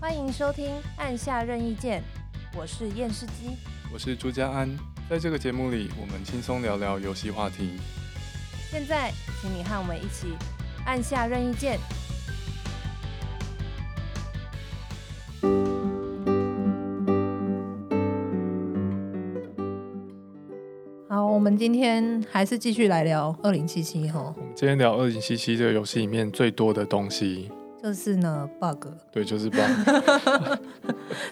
欢迎收听《按下任意键》，我是验视机。我是朱家安，在这个节目里，我们轻松聊聊游戏话题。现在，请你和我们一起按下任意键。好，我们今天还是继续来聊二零七七哈，我们今天聊《二零七七》这个游戏里面最多的东西，就是呢 bug 对，就 是 bug。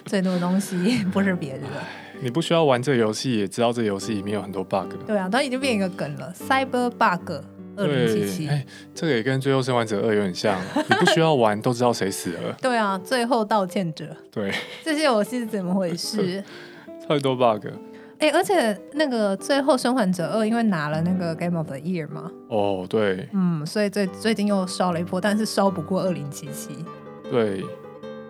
最多的东西不是别 的，你不需要玩这个游戏，也知道这个游戏里面有很多 bug。对啊，它已经变一个梗了，cyber bug 二零七对，七，哎，这个也跟《最后生还者二》有点像，你不需要玩都知道谁死了。对啊，最后道歉者对，这些游戏是怎么回事？太多 bug 哎、而且那个最后生还者二因为拿了那个 Game of the Year 嘛，哦。对嗯，所以最最近又烧了一波，但是烧不过二零七七，对，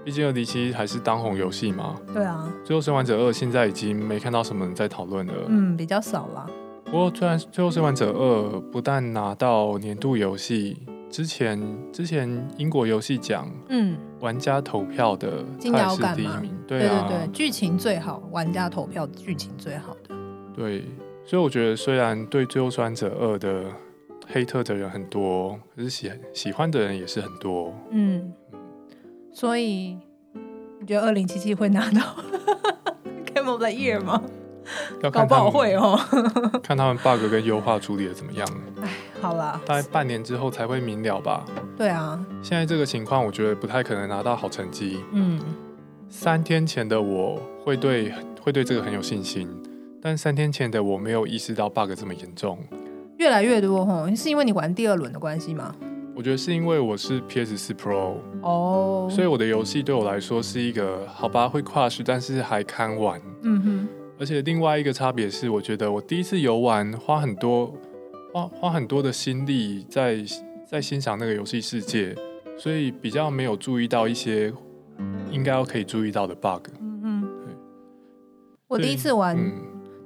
毕竟《二零七七》还是当红游戏嘛，对啊， 《最后生还者二》现在已经没看到什么人在讨论了。嗯，比较少啦，不过，虽然《最后生还者二》不但拿到年度游戏，之前之前英国游戏奖嗯，玩家投票的，金它摇也是感第一嘛名。对啊，对对，剧情最好，玩家投票剧情最好的，对所以我觉得，虽然对《最后生还者二》的黑特的人很多，可是喜喜欢的人也是很多。嗯，所以你觉得二零七七会拿到 Game of the Year 吗？要搞看不他好们会哦。 看他们 bug 跟优化处理的怎么样，好啦，大概半年之后才会明了吧。对啊，现在这个情况，我觉得不太可能拿到好成绩。嗯，三天前的我会对会对这个很有信心，但三天前的我没有意识到 bug 这么严重。越来越多吼，是因为你玩第二轮的关系吗？我觉得是因为我是 PS 四 Pro，哦，所以我的游戏对我来说是一个好吧会 crash，但是还堪玩。嗯哼，而且另外一个差别是，我觉得我第一次游玩花很多花花很多的心力在在欣赏那个游戏世界，所以比较没有注意到一些应该要可以注意到的 bug。嗯哼对。我第一次玩嗯，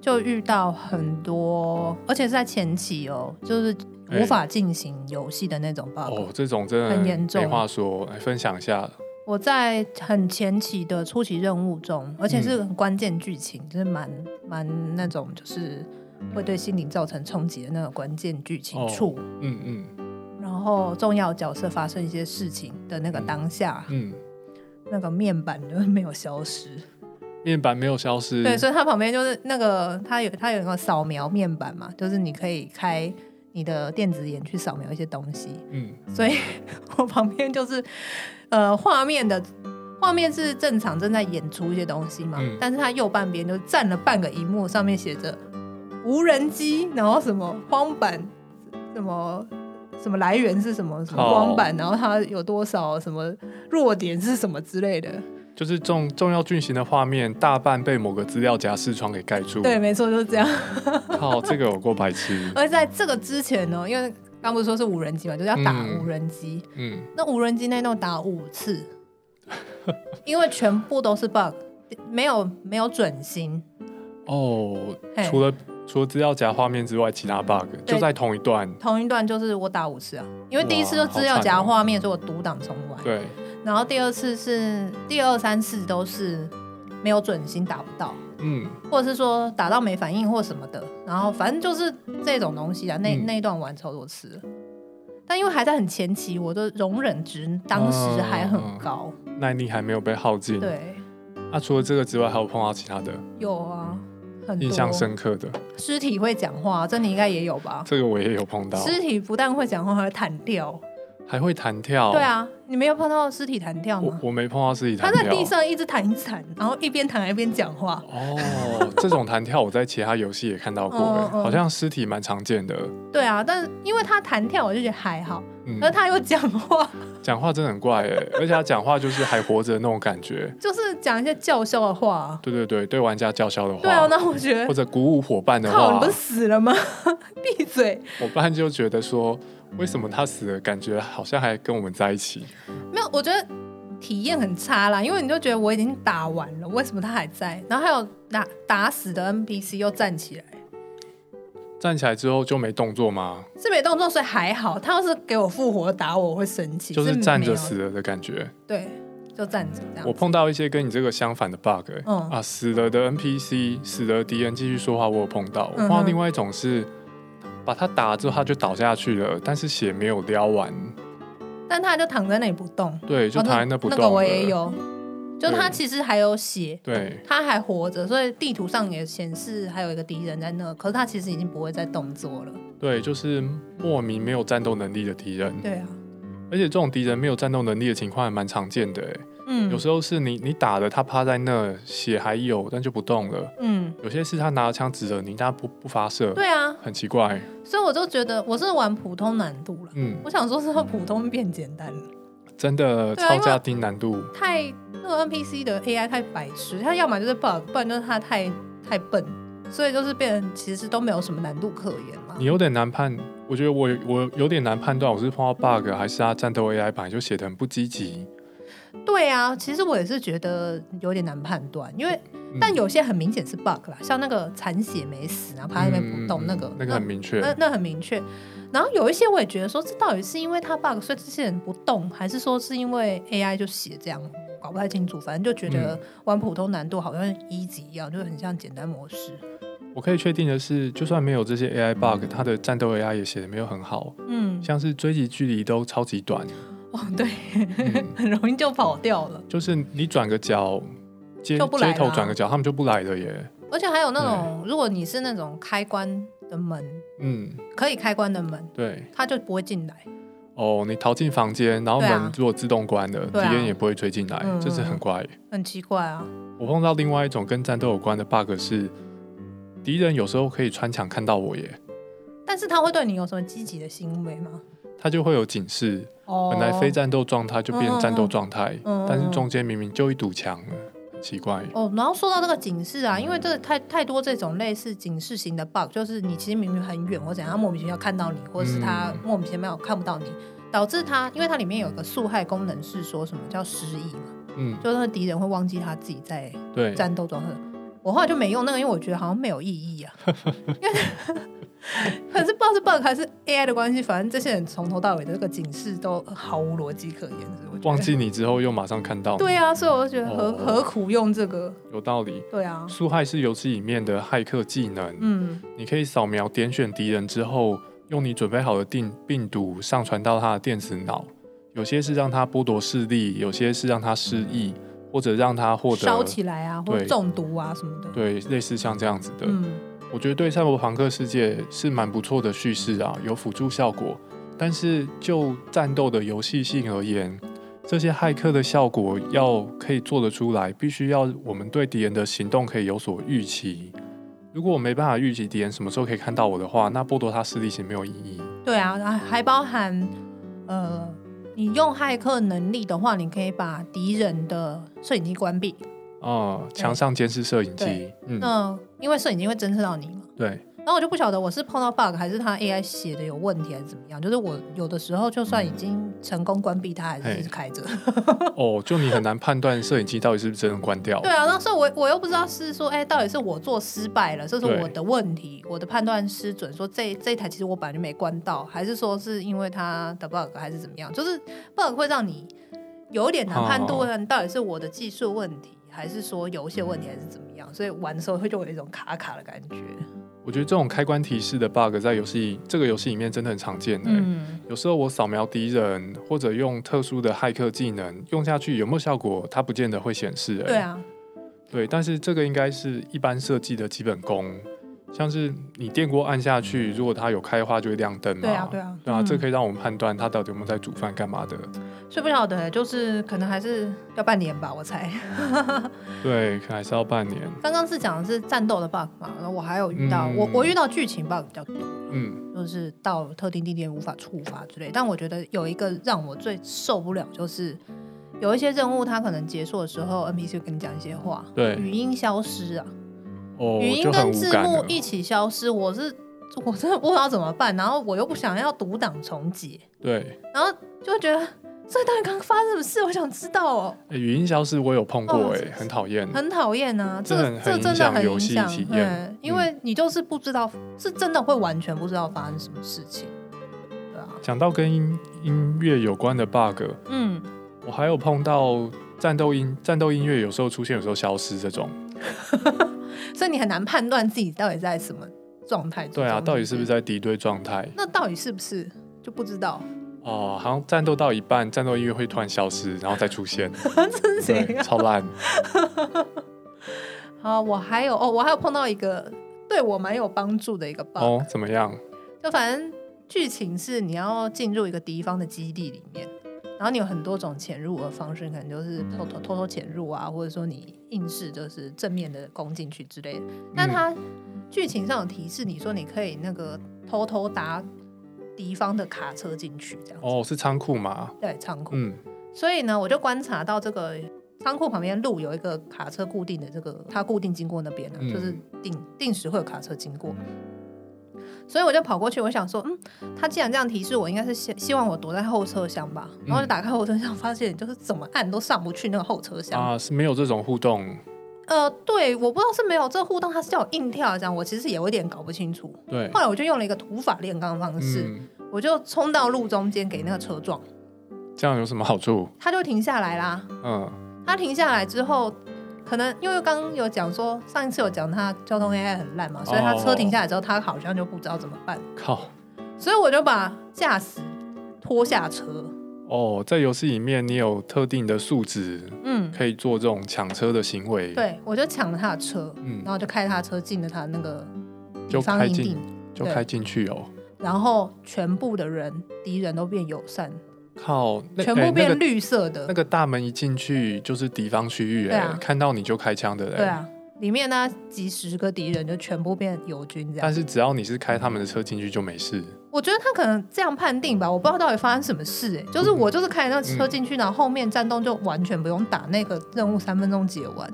就遇到很多，而且是在前期哦，就是无法进行游戏的那种 bug。哦，这种真的很严重没话说，来分享一下。我在很前期的初期任务中，而且是很关键剧情，就是蛮蛮那种就是会对心灵造成冲击的那种关键剧情处，嗯嗯然后重要角色发生一些事情的那个当下，嗯，那个面板就是没有消失。面板没有消失，对，所以它旁边就是那个它有它有一个扫描面板嘛，就是你可以开你的电子眼去扫描一些东西，嗯，所以 我旁边就是呃画面的画面是正常正在演出一些东西嘛，嗯但是它右半边就占了半个荧幕，上面写着无人机，然后什么荒板，什么什么来源是什么什么靠荒板，然后它有多少什么弱点是什么之类的。就是重重要剧情的画面大半被某个资料夹视窗给盖住。对，，没错，就是这样。。靠，这个有过白痴 而在这个之前呢，因为刚不是说是无人机嘛，就是要打嗯无人机，嗯，那无人机那栋打五次， 因为全部都是 bug，没有没有准心。哦，嘿除了除了资料夹画面之外，其他 bug 对就在同一段。同一段就是我打五次啊，因为第一次就哇资料好惨夹哦画面，所以我独挡重玩。对，然后第二次是第二三次都是没有准心打不到，嗯，或者是说打到没反应或什么的。然后反正就是这种东西啊，那、嗯那一段玩超多次了。但因为还在很前期，我的容忍值当时还很高。耐力还没有被耗尽。对，那、除了这个之外，还有碰到其他的有啊，很多印象深刻的，尸体会讲话，这你应该也有吧？这个我也有碰到，尸体不但会讲话，还会弹跳。还会弹跳。对，啊，你没有碰到尸体弹跳我吗？哦我没碰到自己他弹跳。在地上一直弹一直弹，然后一边弹一边讲话。哦，这种弹跳我在其他游戏也看 到过、嗯欸，嗯好像尸体蛮常见的。对啊，但是因为他弹跳，我就觉得还好，嗯而，他又讲话，讲话真的很怪哎、 而且他讲话就是还活着的那种感觉。就是讲一些叫嚣的话。啊对对对，对玩家叫嚣的话，对啊，那我觉或得，者鼓舞伙伴的靠，你话不是，死了吗？ 闭嘴！伙伴就觉得说，为什么他死了，感觉好像还跟我们在一起？没有，我觉得体验很差啦，因为你就觉得我已经打完了，为什么他还在？然后还有打打死的 NPC 又站起来。站起来之后就没动作吗？是没动作，所以还好。他要是给我复活打我，我会生气。就是没有站着。死了的感觉。对，就站着这样。我碰到一些跟你这个相反的 bug，、欸嗯啊，死了的 NPC，死了的敌人继续说话，我有碰到。我嗯碰哼到另外一种是，把他打了之后他就倒下去了，但是血没有撩完，但他就躺在那里不动，对，就哦躺在那不动、那个我也，有，就他对其实还有血，对，他还活着，所以地图上也显示还有一个敌人在那，可是他其实已经不会再动作了。对，就是莫名没有战斗能力的敌人，对啊，而且这种敌人没有战斗能力的情况还蛮常见的、欸。嗯，有时候是你你打了他趴在那，血还有，但就不动了；嗯，有些是他拿着枪指着你，但他不不发射，对啊，很奇怪。所以我就觉得我是玩普通难度了。嗯，我想说，是普通变简单了，真的对啊因为超加低难度。太那个 NPC 的 AI 太白痴，他要么就是 bug，不然就是他太太笨，所以就是变成其实都没有什么难度可言嘛你。有点难判，我觉得我我有点难判断，我是碰到 bug 还是他战斗 AI 版就写的很不积极。对啊，其实我也是觉得有点难判断，因为嗯但有些很明显是 bug 啦，像那个残血没死，然后趴在那边不动，嗯那个那个很明确，那那很明确。然后有一些我也觉得说，这到底是因为他 bug 所以这些人不动，还是说是因为 AI 就写这样，搞不太清楚。反正就觉得玩普通难度好像 easy 一样，就很像简单模式。我可以确定的是，就算没有这些 AI bug，它的战斗 AI 也写的没有很好，嗯，像是追击距离都超级短， 哦对，嗯很容易就跑掉了。就是你转个角。街就不来了街头转个角，他们就不来了耶。而且还有那种，如果你是那种开关的门，嗯，可以开关的门，对。他就不会进来。哦，你逃进房间，然后对啊门如果自动关了，敌对啊人也不会追进来，嗯这是很怪。很奇怪啊，我碰到另外一种跟战斗有关的 bug 是，敌人有时候可以穿墙看到我耶，但是他会对你有什么积极的行为吗？他就会有警示，哦，本来非战斗状态就变成战斗状态，嗯嗯嗯但是中间明明就一堵墙了，很奇怪。哦，然后说到这个警示啊，因为这太太多这种类似警示型的 bug，就是你其实明明很远或怎样，他莫名其妙看到你，或者是他嗯莫名其妙看不到你，导致他，因为它里面有个速害功能是说什么叫失忆嘛，嗯，就是那个敌人会忘记他自己在对，战斗状态。我后来就没用那个，因为我觉得好像没有意义 啊，因为可是不知道是 bug 还是 AI 的关系，反正这些人从头到尾的这个警示都毫无逻辑可言，所以我觉得忘。记你之后又马上看到你，对啊，所以我就觉得何、哦何苦用这个？有道理。对啊，苏害是游戏里面的骇客技能，嗯，你可以扫描点选敌人之后，用你准备好的病病毒上传到他的电子脑。有些是让他剥夺视力，有些是让他失忆，或者让他获烧得起来啊，或对者中毒啊什么的。对类似像这样子的。嗯，我觉得对《赛博朋克世界》是蛮不错的叙事啊，有辅助效果。但是就战斗的游戏性而言，这些骇客的效果要可以做得出来，必须要我们对敌人的行动可以有所预期。如果我没办法预期敌人什么时候可以看到我的话，那剥夺他视力其实没有意义。对啊，然后还包含呃，你用骇客能力的话，你可以把敌人的摄影机关闭。啊、墙上监视摄影机对，嗯，那因为摄影机会侦测到你嘛。对，然后我就不晓得我是碰到 bug 还是他 AI 写的有问题还是怎么样，就是我有的时候就算嗯已经成功关闭它，还是一直开着。哦，就你很难判断摄影机到底是不是真的关掉。对啊，那时候我我又不知道是说，哎、到底是我做失败了，这是对我的问题，我的判断失准，说这这一台其实我本来就没关到，还是说是因为它的 bug 还是怎么样？就是 bug 会让你有一点难哦判断，到底是我的技术问题，还是说游戏的问题，还是怎么样？所以玩的时候会就有一种卡卡的感觉。我觉得这种开关提示的 bug 在游戏这个游戏里面真的很常见欸的、嗯，有时候我扫描敌人，或者用特殊的骇客技能用下去，有没有效果？它不见得会显示、欸。对，啊，对，但是这个应该是一般设计的基本功，像是你电锅按下去，如果它有开的话，就会亮灯嘛。对啊，对。啊，对啊，嗯这可以让我们判断它到底有没有在煮饭干嘛的。所以不晓得，就是可能还是要半年吧，我猜。 对，可能还是要半年。刚刚是讲的是战斗的 bug 嘛，然后我还有遇到、嗯我我遇到剧情 bug 比较多。嗯，就是到特定地点无法触发之类。但我觉得有一个让我最受不了，就是有一些任务它可能结束的时候，NPC 会跟你讲一些话，对，语音消失啊，哦语，音就很跟无字感幕了。一起消失，我是我真的不知道怎么办，然后我又不想要读档重解，对、然后就会觉得这到底刚刚发生什么事？我想知道哦，欸语音消失我有碰过、哦欸，哎，很讨厌。很讨厌啊，这这很这很真影的响很游影戏响，体验嗯对，因为你就是不知道，是真的会完全不知道发生什么事情，对啊，讲到跟音音乐有关的 bug，嗯。我还有碰到战斗音战斗音乐有时候出现，有时候消失这种。所以你很难判断自己到底在什么状态之中。对啊，到底是不是对在敌对状态？那到底是不是就不知道？哦、好像战斗到一半，战斗音乐会突然消失，然后再出现，这 是谁 对，呀？超烂。好，我还有哦，我还有碰到一个对我蛮有帮助的一个 bug，、哦，怎么样？就反正剧情是你要进入一个敌方的基地里面，然后你有很多种潜入的方式，可能就是偷偷偷偷潜入啊，或者说你硬是就是正面的攻进去之类的。嗯但它剧情上有提示你说你可以那个偷偷打敌方的卡车进去，这样子、哦，是仓库嘛？对仓库。嗯，所以呢，我就观察到这个仓库旁边路有一个卡车固定的这个，它固定经过那边、啊嗯就是定定时会有卡车经过。所以我就跑过去，我想说，嗯，他既然这样提示我，应该是希希望我躲在后车厢吧。嗯然后就打开后车厢，发现就是怎么按都上不去那个后车厢。啊，是没有这种互动。呃，对，我不知道是没有这互动，它是叫我硬跳这样，我其实也有一点搞不清楚。对，后来我就用了一个土法炼钢的方式，嗯，我就冲到路中间给那个车撞，这样有什么好处？他就停下来啦。嗯，他停下来之后，可能因为刚刚有讲说，上一次有讲他交通 AI 很烂嘛，所以他车哦停下来之后，他好像就不知道怎么办，靠。所以我就把驾驶拖下车。哦，在游戏里面，你有特定的数值嗯，可以做这种抢车的行为。，对，我就抢了他的车，嗯然，后就开他的车进了他那个就敌开方营进地，就对开进去哦。然后全部的人敌人都变友善，靠，那全哎部那个变绿色的。那个大门一进去就是敌方区域、对哎、啊看到你就开枪的哎人、对啊，里面呢几十个敌人就全部变友军这样但。是只要你是开他们的车进去就没事。我觉得他可能这样判定嗯吧，我不知道到底发生什么事、欸。就是我就是开那车进去，然后后面战斗就完全不用打，那个任务三分钟解完。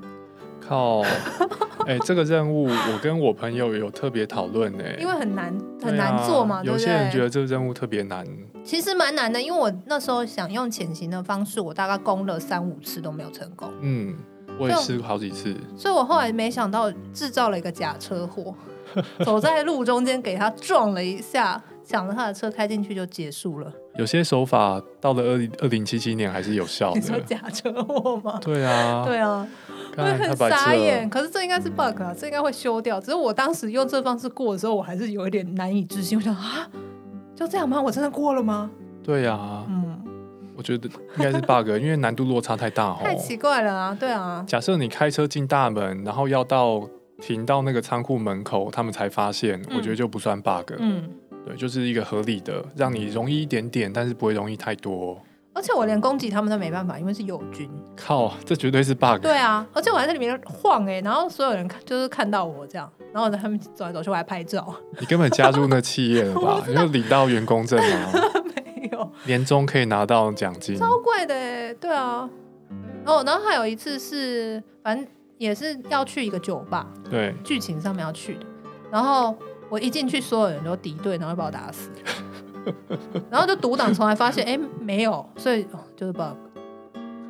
靠， 哎、这个任务我跟我朋友有特别讨论哎，因为很难对啊很难做嘛，对有不些人觉对？得这个任务特别难。其实蛮难的，因为我那时候想用潜行的方式，我大概攻了三五次都没有成功，嗯，我也试过好几次。所以我后来没想到制造了一个假车祸， 走在路中间给他撞了一下，抢了他的车开进去就结束了。有些手法到了二零二零七七年还是有效你说的。假车祸吗？对啊，对啊，我干，也太很白傻痴眼，了。可是这应该是 bug 啊，这应该会修掉。只是我当时用这方式过的时候，我还是有一点难以置信，我想啊，就这样吗？我真的过了吗？对啊，嗯，我觉得应该是 bug，因为难度落差太大哦。太奇怪了啊，对啊，假设你开车进大门，然后要到停到那个仓库门口，他们才发现，嗯我觉得就不算 bug，、嗯，对，就是一个合理的，让你容易一点点，但是不会容易太多。而且我连攻击他们都没办法，因为是友军。靠，这绝对是 bug。嗯对啊，而且我还在里面晃哎、然后所有人看就是看到我这样，然后他们走来走去，我还拍照， 你根本加入那企业了我 吧？不你就领到员工证吗？没有，年终可以拿到奖金。超怪的哎、对啊。哦，然后还有一次是，反正也是要去一个酒吧，对，剧情上面要去的。然后我一进去，所有人都敌对，然后就把我打 死。然后就独挡，从来发现哎、诶没有，所以、哦就是 bug。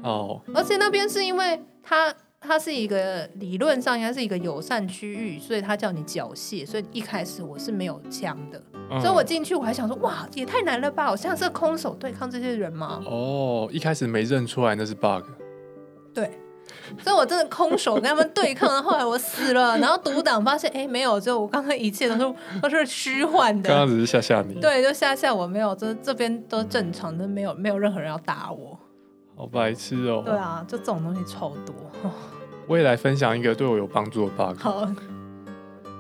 哦，而且那边是因为它它是一个理论上应该是一个友善区域，所以它叫你缴械，所以一开始我是没有枪的，嗯所以我进去我还想说哇也太难了吧，我现在是空手对抗这些人吗？哦，一开始没认出来那是 bug。对，所以我真的空手跟他们对抗，然后后来我死了，然后独挡发现哎、诶没有，就我刚刚一切都是都是虚幻的，刚刚只是吓吓你，，对，就吓吓我没有，这这边都正常，都没有没有任何人要打我。好白痴哦、对啊，就这种东西超多。我也来分享一个对我有帮助的 bug。好，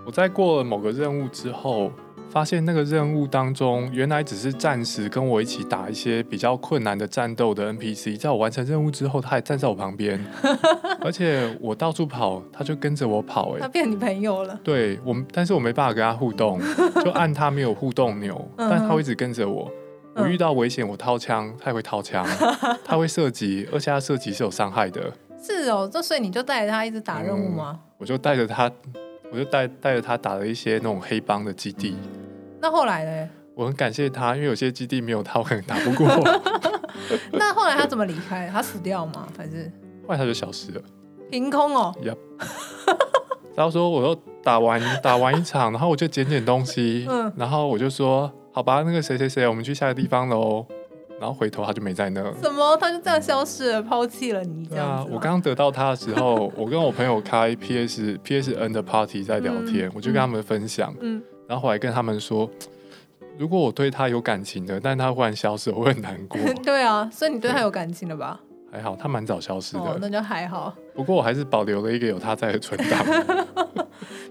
我在过了某个任务之后，发现那个任务当中，原来只是暂时跟我一起打一些比较困难的战斗的 NPC，在我完成任务之后，他还站在我 旁边，而且我到处跑，他就跟着我跑、欸，他变你朋友了。对我，但是我没办法跟他 互动，就按他没有互动钮，嗯哼但他会一直跟着我。我嗯遇到危险，我掏枪，他也会 掏枪，他会射击，而且他射击是有伤害的。是哦，这所以你就带着他一直打任嗯务吗？我就带着他，我就带带着他打了一些那种黑帮的基地。那后来呢？我很感谢他，因为有些基地没有他，我可能打不过。 那后来他怎么离开？他死掉吗？还是后来他就消失了。凭空哦？然后说，我又打完打完一场，然后我就捡捡东西，嗯然后我就说，好吧，那个谁谁谁，我们去下个地方喽。然后回头他就没在那。怎么他就这样消失了，抛弃了你这对样啊子，吗？我刚刚得到他的时候，我跟我朋友开 PS PSN 的 party 在聊天，嗯我就跟他们分享，嗯，然后后来跟他们说，如果我对他有感情的，但他忽然消失，我会很难 过。对啊，所以你对他有感情了吧？还好他蛮早消失哦，的，那就还好。不过我还是保留了一个有他在的存档，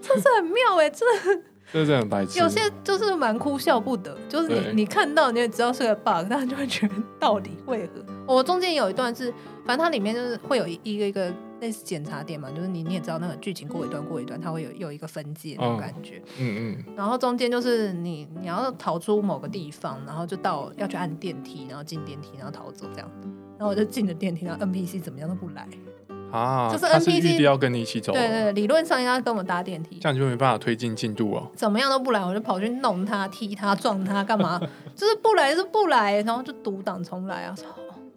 这是很妙哎、欸，真的这真的很白痴。有些就是蛮哭笑不得，就是对你你看到你也知道是个 bug，但你就会觉得到底为何？我中间有一段是，反正它里面就是会有一一个一个类似检查点嘛，就是你你也知道那个剧情过一段过一段，它会有有一个分界那种嗯感觉。嗯嗯，然后中间就是你你要逃出某个地方，然后就到要去按电梯，然后进电梯，然后逃走这样。然后我就进了电梯，然后 NPC 怎么样都不来。啊，就是他是 NPC 预定要跟你一起走，啊对对对，理论上应该跟我搭电梯这，样就没办法推进进度哦。怎么样都不来，我就跑去弄他、踢他、撞他，干嘛？就是不来就是不来，然后就独挡重来啊，操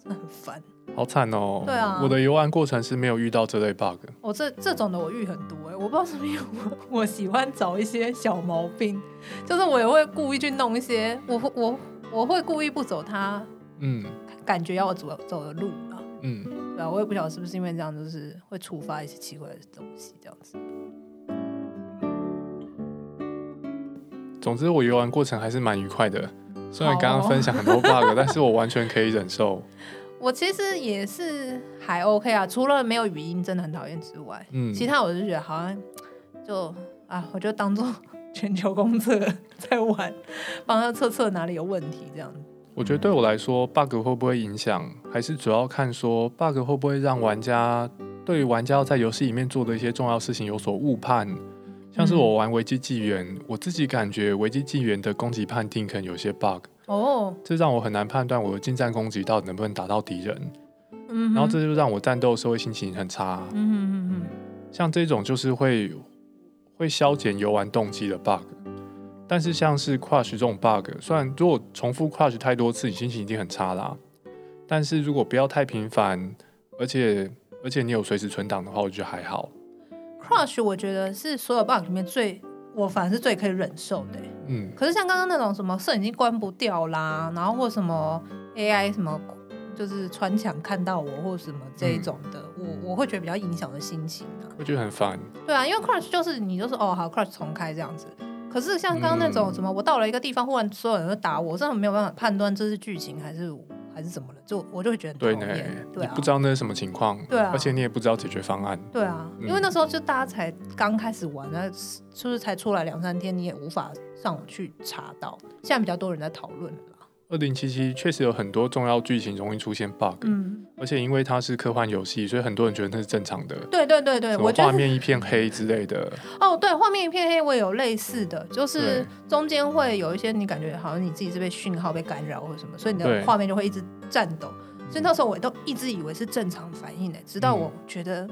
真的很烦。好惨哦！对啊我的游玩过程是没有遇到这类 bug，我、哦这这种的我遇很多哎、我不知道是不是因为我我喜欢找一些小毛病，就是我也会故意去弄一些，我会我我会故意不走他嗯感觉要我走走的路啊。嗯，对啊，我也不晓得是不是因为这样，就是会触发一些奇怪的东西，这样子。总之我游玩过程还是蛮愉快的。虽然好哦刚刚分享很多 bug，但是我完全可以忍受。我其实也是还 OK 啊，除了没有语音真的很讨厌之外，嗯，其他我就觉得好像就啊，我就当做全球公测 在玩，帮他测测哪里有问题这样子。我觉得对我来说，bug 会不会影响，还是主要看说 bug 会不会让玩家对于玩家要在游戏里面做的一些重要事情有所误判。像是我玩维基纪元，我自己感觉维基纪元的攻击判定可能有些 bug，哦，这让我很难判断我的近战攻击到底能不能打到敌人，嗯哼，然后这就让我战斗的时候心情很差。嗯哼嗯哼像这种就是会会消减游玩动机的 bug。但是像是 crush 这种 bug，虽然如果重复 crush 太多次，你心情已经很差啦。但是如果不要太频繁，而且而且你有随时存档的话，我觉得还好。嗯，Crush 我觉得是所有 bug 里面最我反而是最可以忍受的欸、嗯，可是像刚刚那种什么摄影机关不掉啦，然后或什么 AI 什么就是穿墙看到我或什么这一种的，我我会觉得比较影响我的心情啊。我觉得很烦。对啊，因为 crush 就是你就是哦好 crush 重开这样子。可是像刚刚那种嗯什么，我到了一个地方，忽然所有人都打我，我真的没有办法判断这是剧情还是还是怎么了，就我就会觉得对很呢讨，厌。对你啊不，知道那是什么情况，对啊而且你也不知道解决方案。对啊，嗯因为那时候就大家才刚开始玩，那就是才出来两三天，你也无法上网去查到。现在比较多人在讨论了啦。二零七七确实有很多重要剧情容易出现 bug，、嗯，而且因为它是科幻游戏，所以很多人觉得那是正常的，对对对对，什我么觉画得是面一片黑之类的。哦，对，画面一片黑，我也有类似的，就是对中间会有一些你感觉好像你自己是被讯号被干扰或者什么，所以你对的画面就会一直颤抖。所以那时候我都一直以为是正常反应的，直到嗯我觉得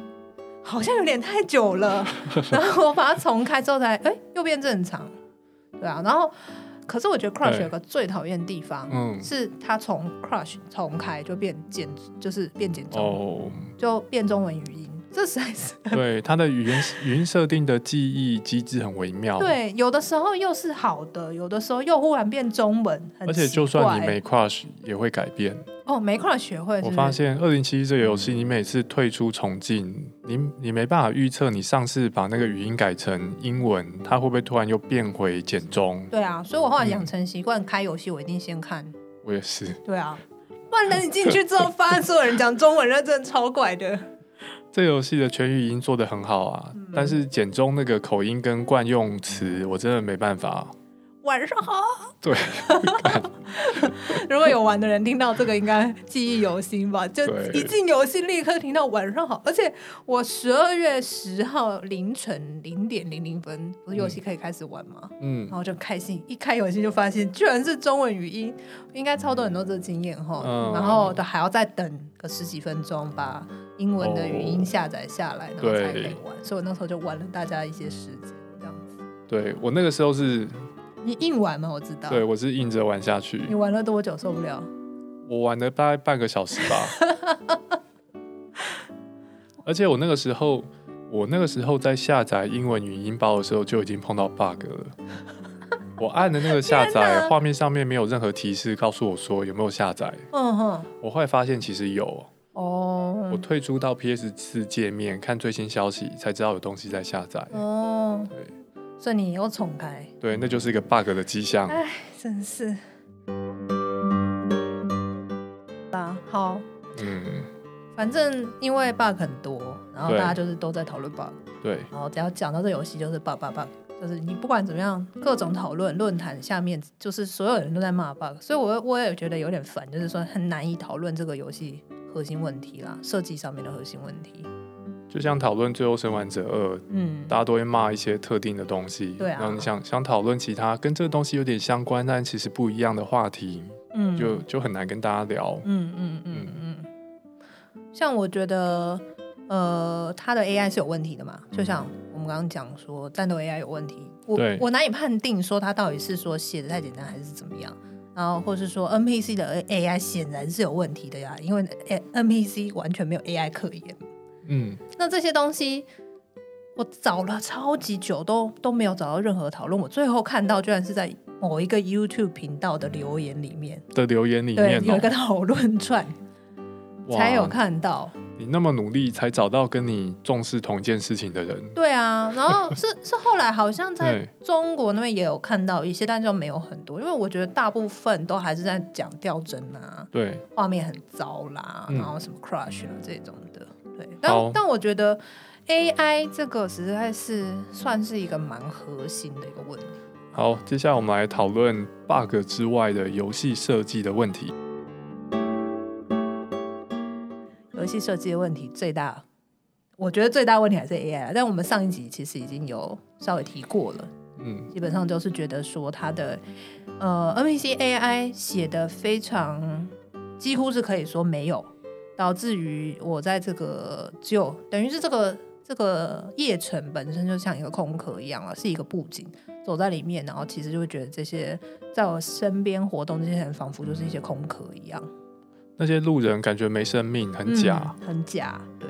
好像有点太久 了，然后我把它重开之后才哎又变正常，对啊。然后可是我觉得 Crush 对有个最讨厌的地方。嗯，是它从 Crush 重开就变简，就是变简中，哦，就变中文语音，这实在是对，它的语言语音设定的记忆机制很微妙。，对，有的时候又是好的，有的时候又忽然变中文，很而且奇就算怪你没 crush 也会改变。哦没空学会是不我是，发现二零七一这个游戏，你每次退出重进，你你没办法预测你上次把那个语音改成英文，它会不会突然又变回简中？对啊，所以我后来养嗯成习惯，开游戏我一定先看，我也是，对 啊，不然等你进去之后，发现所有人讲中文，那真的超怪的。这游戏的全语音做的很好啊，嗯但是简中那个口音跟惯用词，我真的没办法。晚上好， 对，如果有玩的人听到这个，应该记忆犹新吧？就对一进游戏立刻听到晚上好，而且我十二月十号凌晨零点零零分，不是游戏可以开始玩吗？嗯然，后就很开心，一开游戏就发现居然是中文语音，应该超多很多这个经验哈。嗯然后都还要再等个十几分钟，把英文的语哦音下载下来，然后才可以玩。所以我那时候就玩了大家一些时间，这样子。对我那个时候是，你硬玩吗？我知道。对我是硬着玩下去。你玩了多久受不了？我玩了大概半个小时吧。 而且我那个时候，我那个时候在下载英文语音包的时候就已经碰到 bug 了，我按的那个下天载哪画面上面没有任何提示告诉我说有没有下载，嗯哼，我后来发现其实有。我哦，退出到 PS 四界面看最新消息，才知道有东西在下载。哦对，所以你又重开，对，那就是一个 bug 的迹象。哎，真是。啊，好，嗯，反正因为 bug 很多，然后对大家就是都在讨论 bug，对，然后只要讲到这游戏就是 bug bug bug，就是你不管怎么样，各种讨论论坛下面就是所有人都在骂 bug，所以我我也觉得有点烦，就是说很难以讨论这个游戏核心问题啦，设计上面的核心问题。就像讨论《最后生还者二》，嗯，大家都会骂一些特定的东西。对啊然后你想想讨论其他跟这个东西有点相关，但其实不一样的话题，嗯就就很难跟大家聊。嗯嗯嗯嗯嗯，像我觉得，呃，它的 AI 是有问题的嘛，就像我们刚刚讲说战斗 AI 有问题，我嗯对我难以判定说它到底是说写的太简单还是怎么样，然后或是说 NPC 的 AI 显然是有问题的呀，因为 NPC 完全没有 AI 可言。嗯，那这些东西。我找了超级久，都都没有找到任何讨论。我最后看到，居然是在某一个 YouTube 频道的留言里面，的留言里对面、，有哦一个讨论串，哇才有看到。你那么努力才找到跟你重视同一件事情的人。对啊，然后是 是后来好像在对中国那边也有看到一些，但就没有很多，因为我觉得大部分都还是在讲掉帧啊，对，画面很糟啦，嗯然后什么 crush 啊这种的。对，但好但我觉得 AI 这个实在是算是一个蛮核心的一个问题。好，接下来我们来讨论 bug 之外的游戏设计的问题。游戏设计的问题最大，我觉得最大问题还是 AI 啦。但我们上一集其实已经有稍微提过了，嗯，基本上都是觉得说它的呃 NPC AI 写的非常，几乎是可以说没有，导致于我在这个只有等于是这个这个夜城本身就像一个空壳一样啊，是一个布景，走在里面，然后其实就会觉得这些在我身边活动这些人仿佛就是一些空壳一样，那些路人感觉没生命，很假。嗯很假，对，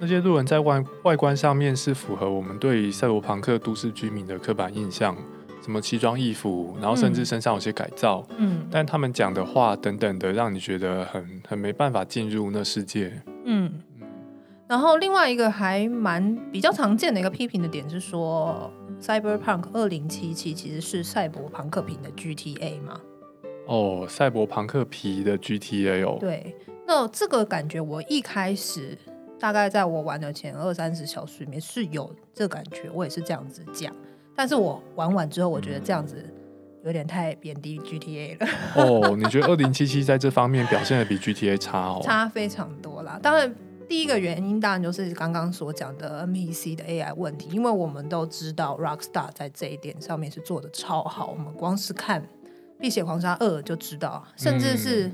那些路人在外外观上面是符合我们对于赛博朋克都市居民的刻板印象，什么奇装异服，然后甚至嗯身上有些改造，嗯但他们讲的话等等的，让你觉得很很没办法进入那世界。嗯。嗯，然后另外一个还蛮比较常见的一个批评的点是说，Cyberpunk 二零七七其实是赛博朋克品的 GTA 嘛？哦，赛博朋克皮的 GTA 哦，对，那这个感觉我一开始大概在我玩的前二三十小时里面是有这感觉，我也是这样子讲。但是我玩完之后，我觉得这样子有点太贬低 GTA 了，哦，你觉得二零七七在这方面表现的比 GTA 差哦？差非常多啦。当然。第一个原因当然就是刚刚所讲的 NPC 的 AI 问题，因为我们都知道 Rockstar 在这一点上面是做的超好，我们光是看《碧血狂杀二》就知道，甚至是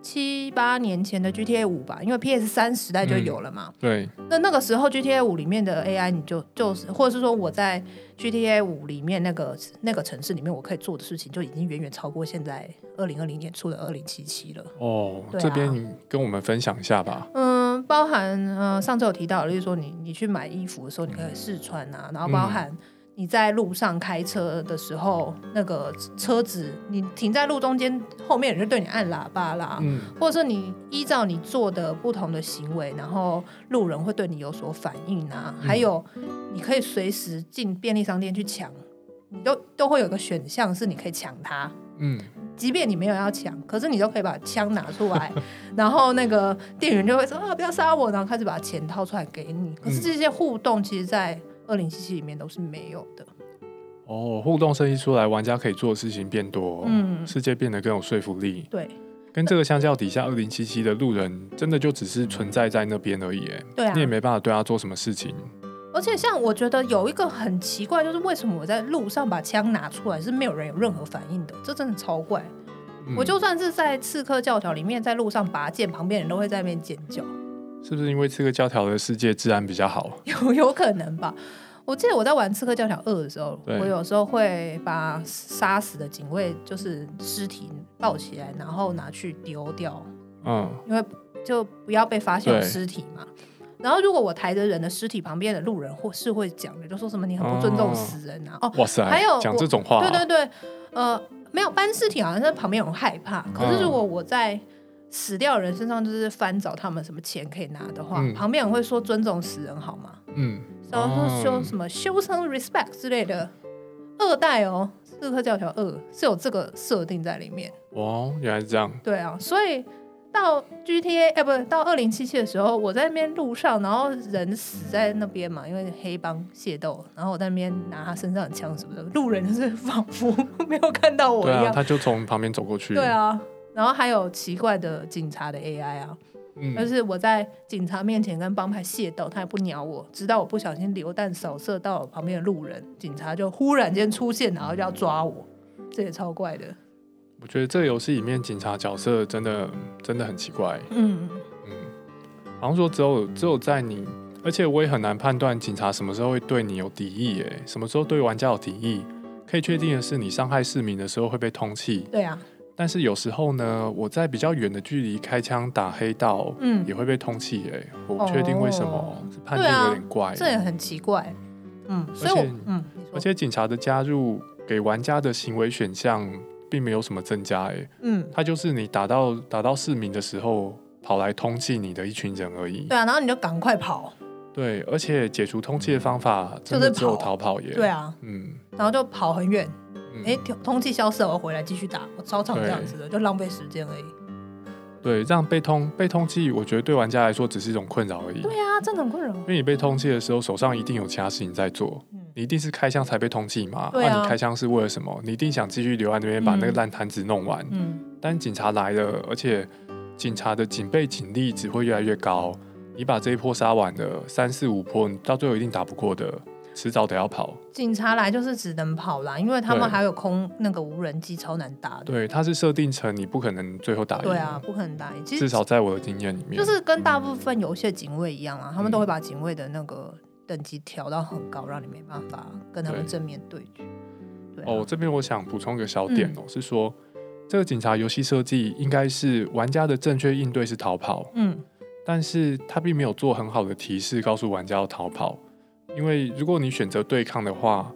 七八年前的 GTA 五吧，因为 PS 三时代就有了嘛。对，那那个时候 GTA 五里面的 AI，你就就是，或者是说我在 GTA 五里面那个那个城市里面，我可以做的事情就已经远远超过现在二零二零年出的二零七七了。哦，对啊这边你跟我们分享一下吧。嗯，包含呃上次有提到，例如说你你去买衣服的时候，你可以试穿啊，然后包含你在路上开车的时候，那个车子你停在路中间，后面人就对你按喇叭啦，嗯，或者是你依照你做的不同的行为，然后路人会对你有所反应啊，还有你可以随时进便利商店去抢，你都都会有个选项是你可以抢它，嗯，即便你没有要抢，可是你都可以把枪拿出来，然后那个店员就会说啊，不要杀我，然后开始把钱掏出来给你。可是这些互动，其实，在二零七七里面都是没有的。哦，互动设计出来，玩家可以做的事情变多，嗯世界变得更有说服力。对，跟这个相较底下，二零七七的路人真的就只是存在在那边而已，哎对啊你。也没办法对他做什么事情。而且像我觉得有一个很奇怪，就是为什么我在路上把枪拿出来是没有人有任何反应的，这真的超怪。嗯我就算是在《刺客教条》里面在路上拔剑，旁边人都会在那边尖叫。是不是因为这个教条的世界治安比 较好？有有可能吧。我记得我在玩《刺客教条二》的时候，对我有时候会把杀死的警卫就是尸体抱起来，然后拿去丢掉，嗯，因为就不要被发现有对尸体嘛。然后如果我抬着人的尸体，旁边的路人或是会讲的，就说什么你很不尊重哦死人啊，哦，哇塞，还有讲我这种话，啊对对对，呃，没有班尸体好像在旁边有人害怕，可嗯是如果我在死掉的人身上就是翻找他们什么钱可以拿的话，嗯旁边人会说尊重死人好吗？嗯，然后说修哦什么修身 respect 之类的，二代哦，刺客教条二是有这个设定在里面。哇，哦原来是这样，对啊，所以到 GTA 哎、不到二零七七的时候，我在那边路上，然后人死在那边嘛，因为黑帮械斗，然后我在那边拿他身上的枪什么的，路人就是仿佛 没有看到我对一啊，样。他就从旁边走过去，对，啊，然后还有奇怪的警察的 AI 啊，嗯，就是我在警察面前跟帮派械斗，他也不鸟我，直到我不小心流弹扫射到我旁边的路人，警察就忽然间出现，然后就要抓我，这也超怪的。我觉得这个游戏里面警察角色真的真的很奇怪，嗯，嗯，好像说只有只有在你，而且我也很难判断警察什么时候会对你有敌意，哎，什么时候对玩家有敌意。可以确定的是，你伤害市民的时候会被通缉，对啊，但是有时候呢，我在比较远的距离开枪打黑道，嗯也，会被通缉，哎，我不确定为什么哦，啊这判定有点怪。这也很奇怪。嗯，所以我而且嗯，你说而且警察的加入给玩家的行为选项并没有什么增加，哎，嗯，它就是你打到打到市民的时候跑来通缉你的一群人而已。对啊，然后你就赶快跑，对，而且解除通缉的方法嗯就真的是只有跑逃跑耶。对，啊，嗯，然后就跑很远，嗯哎、通通缉消失了，我回来继续打，我操场这样子的，就浪费时间而已。嗯对，让被通被通缉，我觉得对玩家来说只是一种困扰而已。对啊，真的很困扰。因为你被通缉的时候，手上一定有其他事情在做，嗯你一定是开枪才被通缉嘛？那、对啊你开枪是为了什么？你一定想继续留在那边把那个嗯烂摊子弄完。嗯，但警察来了，而且警察的警备警力只会越来越高。你把这一波杀完了，三四五波，你到最后一定打不过的，迟早得要跑。警察来就是只能跑啦，因为他对们还有空那个无人机，超难打的。对，它是设定成你不可能最后打赢。对啊，，不可能打赢。其实至少在我的经验里面，就是跟大部分游戏的警卫一样啊，他们嗯都会把警卫的那个等级调到很高，让你没办法跟他们对正面对决。对啊哦，这边我想补充一个小点嗯哦，是说这个警察游戏设计应该是玩家的正确应对是逃跑，嗯，但是他并没有做很好的提示告诉玩家要逃跑，因为如果你选择对抗的话，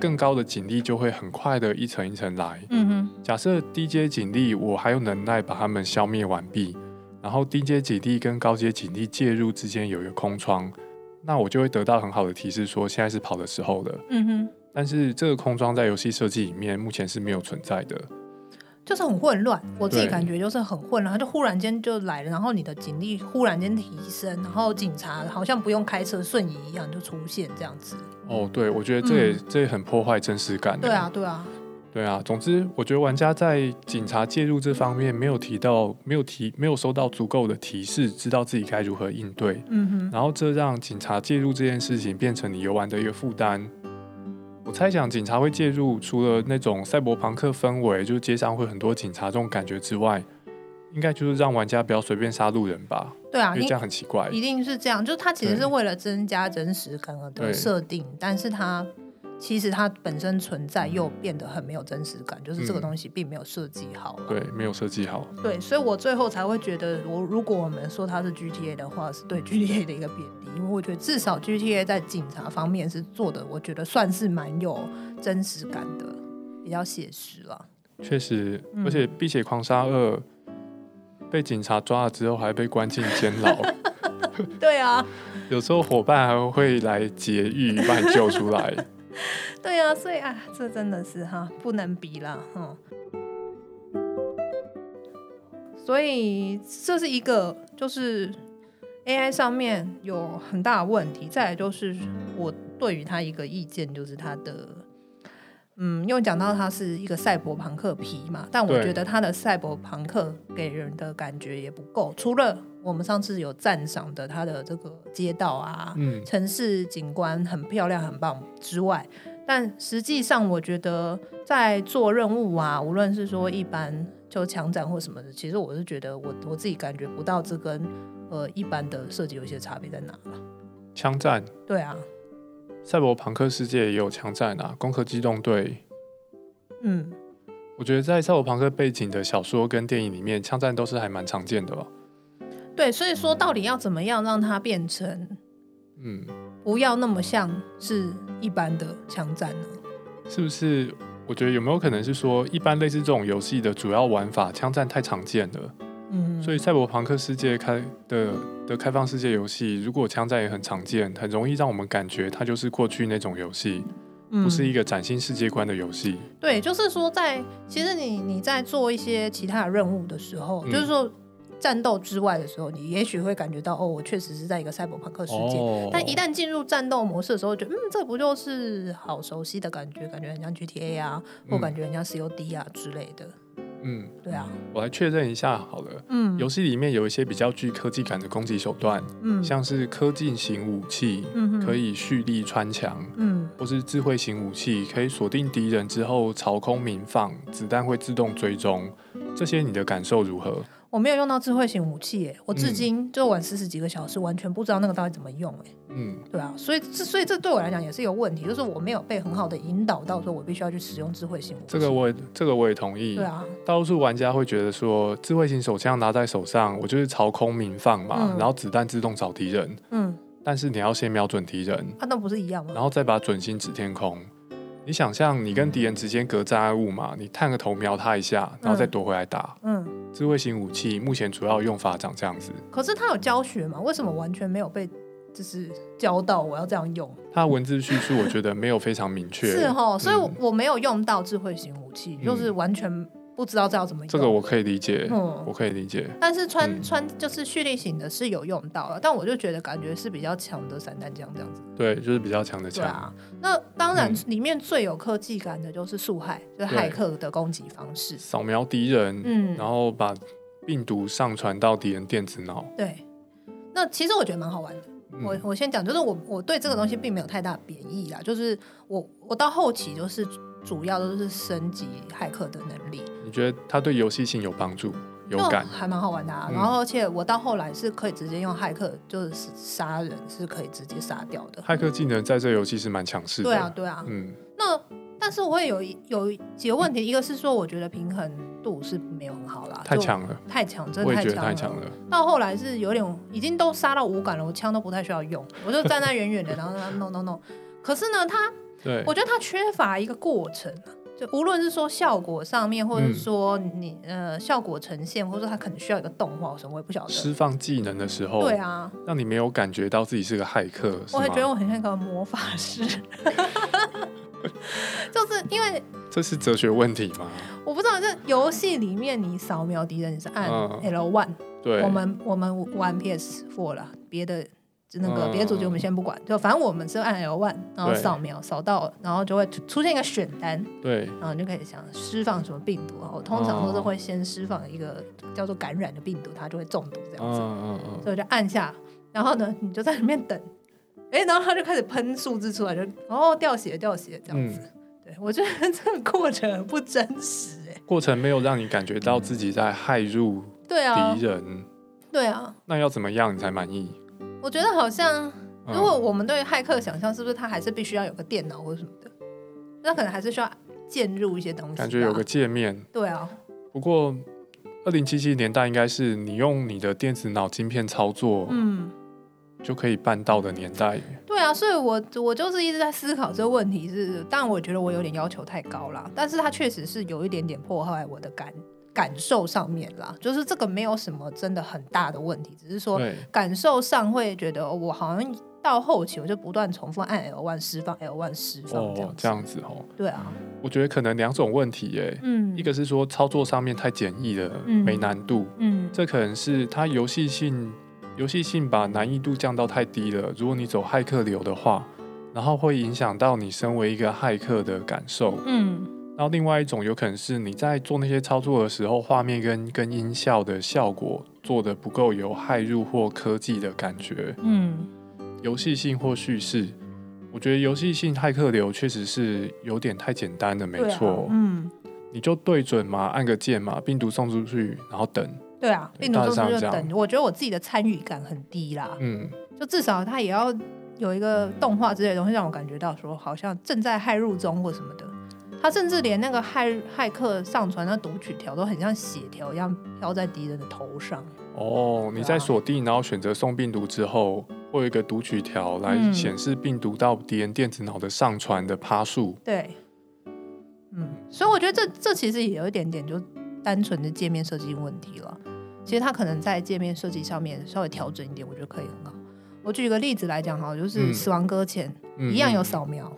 更高的警力就会很快的一层一层来。嗯哼，假设低阶警力我还有能耐把他们消灭完毕，然后低阶警力跟高阶警力介入之间有一个空窗，那我就会得到很好的提示说现在是跑的时候了。嗯哼，但是这个空窗在游戏设计里面目前是没有存在的。就是很混乱。我自己对感觉就是很混乱，他就忽然间就来了，然后你的警力忽然间提升，然后警察好像不用开车瞬移一样就出现这样子。哦，对，我觉得这也、这也很破坏真实感。嗯对啊，，对啊，对啊。总之，我觉得玩家在警察介入这方面没有提到，没有提，没有收到足够的提示，知道自己该如何应对。嗯哼，然后这让警察介入这件事情变成你游玩的一个负担。我猜想警察会介入，除了那种赛博朋克氛围，就是街上会很多警察这种感觉之外，应该就是让玩家不要随便杀路人吧，对啊，因为你这样很奇怪。一定是这样，就是它其实对是为了增加真实感对的设定，但是它其实它本身存在又变得很没有真实感，就是这个嗯东西并没有设计好了。对，没有设计好。对，所以我最后才会觉得，我如果我们说它是 GTA 的话，是嗯对 GTA 的一个贬低，因为我觉得至少 GTA 在警察方面是做的，我觉得算是蛮有真实感的，比较写实了。确实，嗯而且《碧血狂杀二》被警察抓了之后，还被关进监 牢。对啊，有时候伙伴还会来劫狱，把你救出来。 对啊，所以啊，这真的是哈，不能比啦，哈。所以这是一个，就是 AI 上面有很大的问题。再来就是我对于它一个意见，就是它的，嗯，因为讲到它是一个赛博朋克皮嘛，但我对觉得它的赛博朋克给人的感觉也不够。除了我们上次有赞赏的它的这个街道啊， 嗯，城市景观很漂亮、很棒之外，但实际上我觉得在做任务啊，无论是说一般就强展或什么的，其实我是觉得我我自己感觉不到这跟呃一般的设计有一些差别在哪了。枪战，对啊，赛博朋克世界也有枪战啊，《攻壳机动队》。嗯，我觉得在赛博朋克背景的小说跟电影里面，枪战都是还蛮常见的吧。对，所以说到底要怎么样让它变成嗯，不要那么像是一般的枪战呢？是不是？我觉得有没有可能是说，一般类似这种游戏的主要玩法，枪战太常见了，嗯，所以赛博朋克世界开的的开放世界游戏，如果枪战也很常见，很容易让我们感觉它就是过去那种游戏，以不是一个崭新世界观的游戏。对，就是说在其实你你在做一些其他的任务的时候，嗯就是说战斗之外的时候，你也许会感觉到哦，我确实是在一个赛博朋克世哦界。但一旦进入战斗模式的时候，觉得嗯，这不就是好熟悉的感觉，感觉很像 GTA 啊，或嗯感觉很像 COD 啊之类的。嗯，对啊，我来确认一下好了。嗯，游戏里面有一些比较具科技感的攻击手段，嗯像是科技型武器嗯哼可以蓄力穿墙，嗯或是智慧型武器可以锁定敌人之后朝空鸣放，子弹会自动追踪。这些你的感受如何？我没有用到智慧型武器耶，我至嗯今就玩四十几个小时，完全不知道那个到底怎么用哎。嗯对啊，所以这所以这对我来讲也是一个问题，就是我没有被很好的引导到说我必须要去使用智慧型武器。，这个我也这个我也同意。对啊，大多数玩家会觉得说，智慧型手枪拿在手上，我就是朝空鸣放嘛，嗯然后子弹自动找敌人。嗯，但是你要先瞄准敌人，啊，那不是一样然吗？后再把准心指天空。你想象你跟敌人之间隔障碍物嘛，你探个头瞄他一下，然后再夺回来打。嗯，智慧型武器目前主要用法长这样子，可是他有教学嘛？为什么完全没有被就是教到我要这样用？它文字叙述我觉得没有非常明确。是哦，所以我嗯我没有用到智慧型武器，就是完全不知道这要怎么用。这个我可以理解，我嗯。可以理解。但是穿嗯穿就是蓄力型的是有用到了，但我就觉得感觉是比较强的散弹枪这样子。对，就是比较强的对枪。啊，那当然嗯里面最有科技感的就是速害，就是对骇客的攻击方式。扫描敌人，嗯，然后把病毒上传到敌人电子脑。对。那其实我觉得蛮好玩的。嗯我我先讲，就是我我对这个东西并没有太大贬义啦，就是我我到后期就是主要都是升级骇客的能力，你觉得它对游戏性有帮助、有就感？还蛮好玩的、啊。嗯然后而且我到后来是可以直接用骇客就是杀人是可以直接杀掉的。骇客技能在这游戏是蛮强势的。对啊，对啊。嗯那但是我会有一有几个问题，一个是说我觉得平衡度是没有很好啦，太啊就强了，太强，真我的也太觉得强太强了。到后来是有点已经都杀到无感了，我枪都不太需要用，我就站在远远的，然后让他弄弄 弄。可是呢，他对，我觉得他缺乏一个过程啊，就无论是说效果上面，或者是说你、呃效果呈现，或者说他可能需要一个动画什么，我也不晓得。释放技能的时候，对啊，让你没有感觉到自己是个骇客，是我吗还觉得我很像一个魔法师， 就是因为这是哲学问题吗？我不知道，这游戏里面你扫描敌人你是按嗯 L one，、对，我们我们玩 PS Four 了，别的就那个嗯别的主角我们先不管，就反正我们是按 L one，然后对嗯扫描扫到，然后就会出出现一个选单，对然后你就可以想释放什么病毒。然后通常都是哦会先释放一个叫做感染的病毒，它就会中毒这样子，嗯嗯所以我就按下，然后呢你就在里面等，哎，然后它就开始喷数字出来，就哦掉血掉血这样嗯子。对我觉得这个过程很不真实哎、嗯，过程没有让你感觉到自己在害入对啊敌，人，对啊，那要怎么样你才满意？我觉得好像。嗯如果我们对骇客的想象，是不是他还是必须要有个电脑或什么的？那可能还是需要建入一些东西吧。感觉有个界面，对啊，不过二零七七年代应该是你用你的电子脑晶片操作嗯，就可以办到的年代。对啊，所以我我就是一直在思考这个问题是，但我觉得我有点要求太高啦，但是它确实是有一点点破坏我的感感受上面啦，就是这个没有什么真的很大的问题，只是说对，感受上会觉得、哦我好像到后期我就不断重复按 L one 释放 L one 释放这样子，哦，这样子哦，对啊，我觉得可能两种问题耶，嗯，一个是说操作上面太简易了，嗯没难度，嗯这可能是它游戏性游戏性把难易度降到太低了。如果你走骇客流的话，然后会影响到你身为一个骇客的感受。嗯然后另外一种有可能是你在做那些操作的时候，画面跟跟音效的效果做的不够有骇入或科技的感觉，嗯游戏性或叙事。我觉得游戏性骇客流确实是有点太简单了，没对啊错，嗯。你就对准嘛，按个键嘛，病毒送出去，然后等，对啊，对病毒大中致上枢是这就样等。我觉得我自己的参与感很低啦，嗯，就至少它也要有一个动画之类的东西，让我感觉到说好像正在骇入中或什么的。他甚至连那个骇骇客上传的读取条都很像血条一样飘在敌人的头上。哦，你对啊在锁定，然后选择送病毒之后，会有一个读取条来嗯显示病毒到敌人电子脑的上传的趴数。对，嗯，所以我觉得这这其实也有一点点就单纯的界面设计问题了。其实它可能在界面设计上面稍微调整一点，我觉得可以很好。我举一个例子来讲哈，就嗯是死亡搁浅、嗯一样有嗯扫描，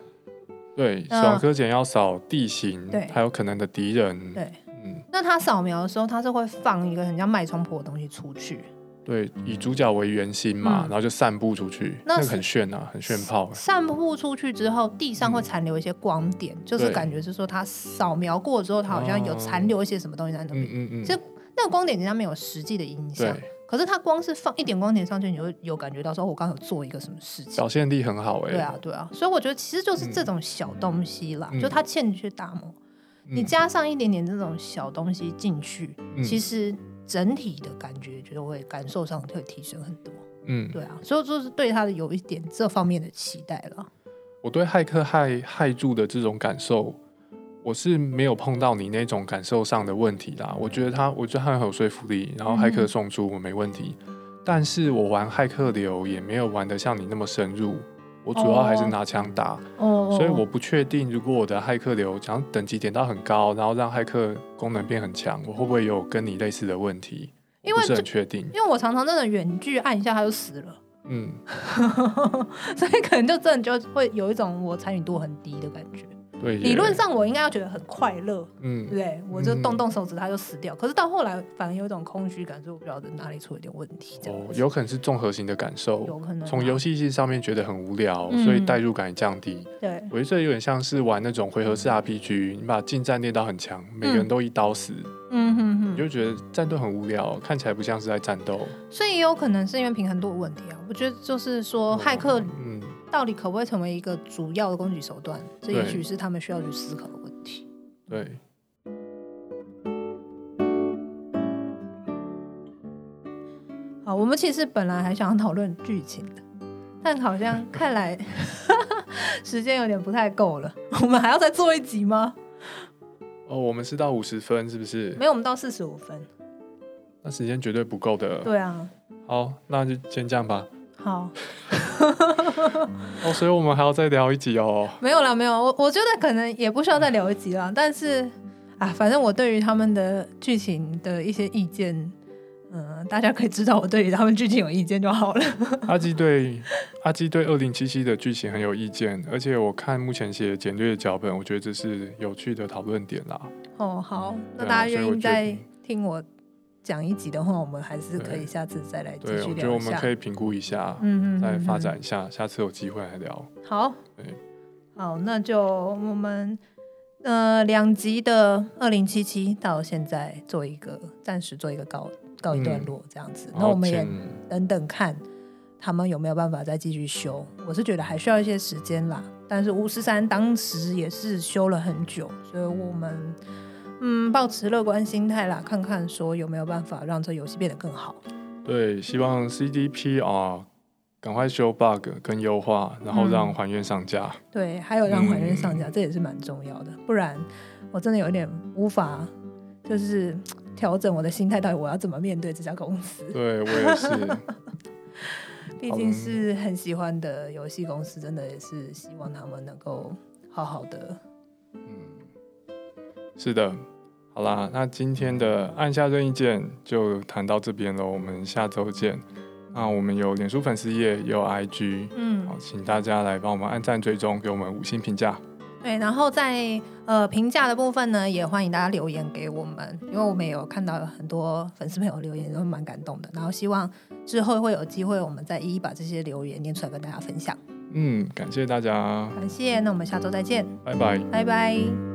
对，嗯扫科检要扫地形，对还有可能的敌人，对。嗯，那它扫描的时候，它是会放一个很像脉冲波的东西出去，对，以主角为圆心嘛，嗯然后就散布出去，那那个是很炫啊，很炫炮欸、散布出去之后，地上会嗯残留一些光点，就是对感觉是说它扫描过之后，它好像有哦残留一些什么东西在那嗯边。嗯嗯，这那个光点人家没有实际的影响，对，可是它光是放一点光点上去，你就会有感觉到说，哦我刚刚有做一个什么事情。表现力很好哎、对啊，对啊，所以我觉得其实就是这种小东西啦，嗯就它欠缺打磨，你嗯加上一点点这种小东西进去，嗯其实整体的感觉就会感受上会提升很多。嗯，对啊，所以就是对他的有一点这方面的期待了。我对骇客害害住的这种感受，我是没有碰到你那种感受上的问题嗯啦。我觉得他，我觉得他很有说服力，然后骇客送出我没问题。嗯但是我玩骇客流也没有玩得像你那么深入，我主要还是拿枪打，哦所以我不确定如果我的骇客流想要等级点到很高，然后让骇客功能变很强，我会不会有跟你类似的问题？因我为不是很这确定。因为我常常真的远距按一下他就死了， 嗯，所以可能就真的就会有一种我参与度很低的感觉。对耶，理论上我应该要觉得很快乐，对不嗯，对？我就动动手指他就死掉，可是到后来反而有一种空虚感，所以我不晓得哪里出了点问题，这哦样，子、有可能是综合型的感受，有可能啊从游戏性上面觉得很无聊，嗯所以代入感也降低。对我觉得这有点像是玩那种回合式 RPG，你把近战练到很强，每个人都一刀死，嗯哼你哼，就觉得战斗很无聊，看起来不像是在战斗。所以也有可能是因为平衡度的问题啊。我觉得就是说，哦骇客嗯，到底可不可以成为一个主要的攻击手段，这也对许是他们需要去思考的问题。对，好，我们其实本来还想要讨论剧情的，但好像看来 时间有点不太够了。我们还要再做一集吗？哦，我们是到五十分是不是？没有，我们到四十五分。那时间绝对不够的。对啊，好，那就先这样吧。好， 哦，所以我们还要再聊一集哦。没有了，没有。我我觉得可能也不需要再聊一集了，但是啊，反正我对于他们的剧情的一些意见，嗯、大家可以知道我对于他们剧情有意见就好了。 阿基对阿基对二零七七的剧情很有意见，而且我看目前写简略的脚本，我觉得这是有趣的讨论点啦。 哦，好，那对啊大家所以愿我意决再定听我讲一集的话，我们还是可对以下次再来继对，续我觉得聊我一们下可。以评估一下，嗯再发展一下，下次有机会来聊。好对，好，那就我们呃两集的二零七七到现在做一个暂时做一个告告一段嗯落这样子，然那后我们也请等等看他们有没有办法再继续修。我是觉得还需要一些时间啦，但是巫师三当时也是修了很久，所以我们嗯保持乐观心态啦，看看说有没有办法让这游戏变得更好。对，希望 CDP 啊，赶快修 bug 跟优化，然后让嗯还原上架。对，还有让还原上架，嗯这也是蛮重要的。不然我真的有点无法，就是调整我的心态，到底我要怎么面对这家公 司？对我也是，毕竟是很喜欢的游戏公司，真的也是希望他们能够好好的。嗯，是的。好啦，那今天的按下任意键就谈到这边喽，我们下周见。那我们有脸书粉丝页，也有 IG，嗯好，，请大家来帮我们按赞、追踪，给我们五星评价。对。然后在呃评价的部分呢，也欢迎大家留言给我们，因为我们也有看到有很多粉丝朋友留言，都蛮感动的。然后希望之后会有机会，我们再一一把这些留言念出来跟大家分享。嗯，感谢大家，感谢，那我们下周再见，拜拜。拜拜。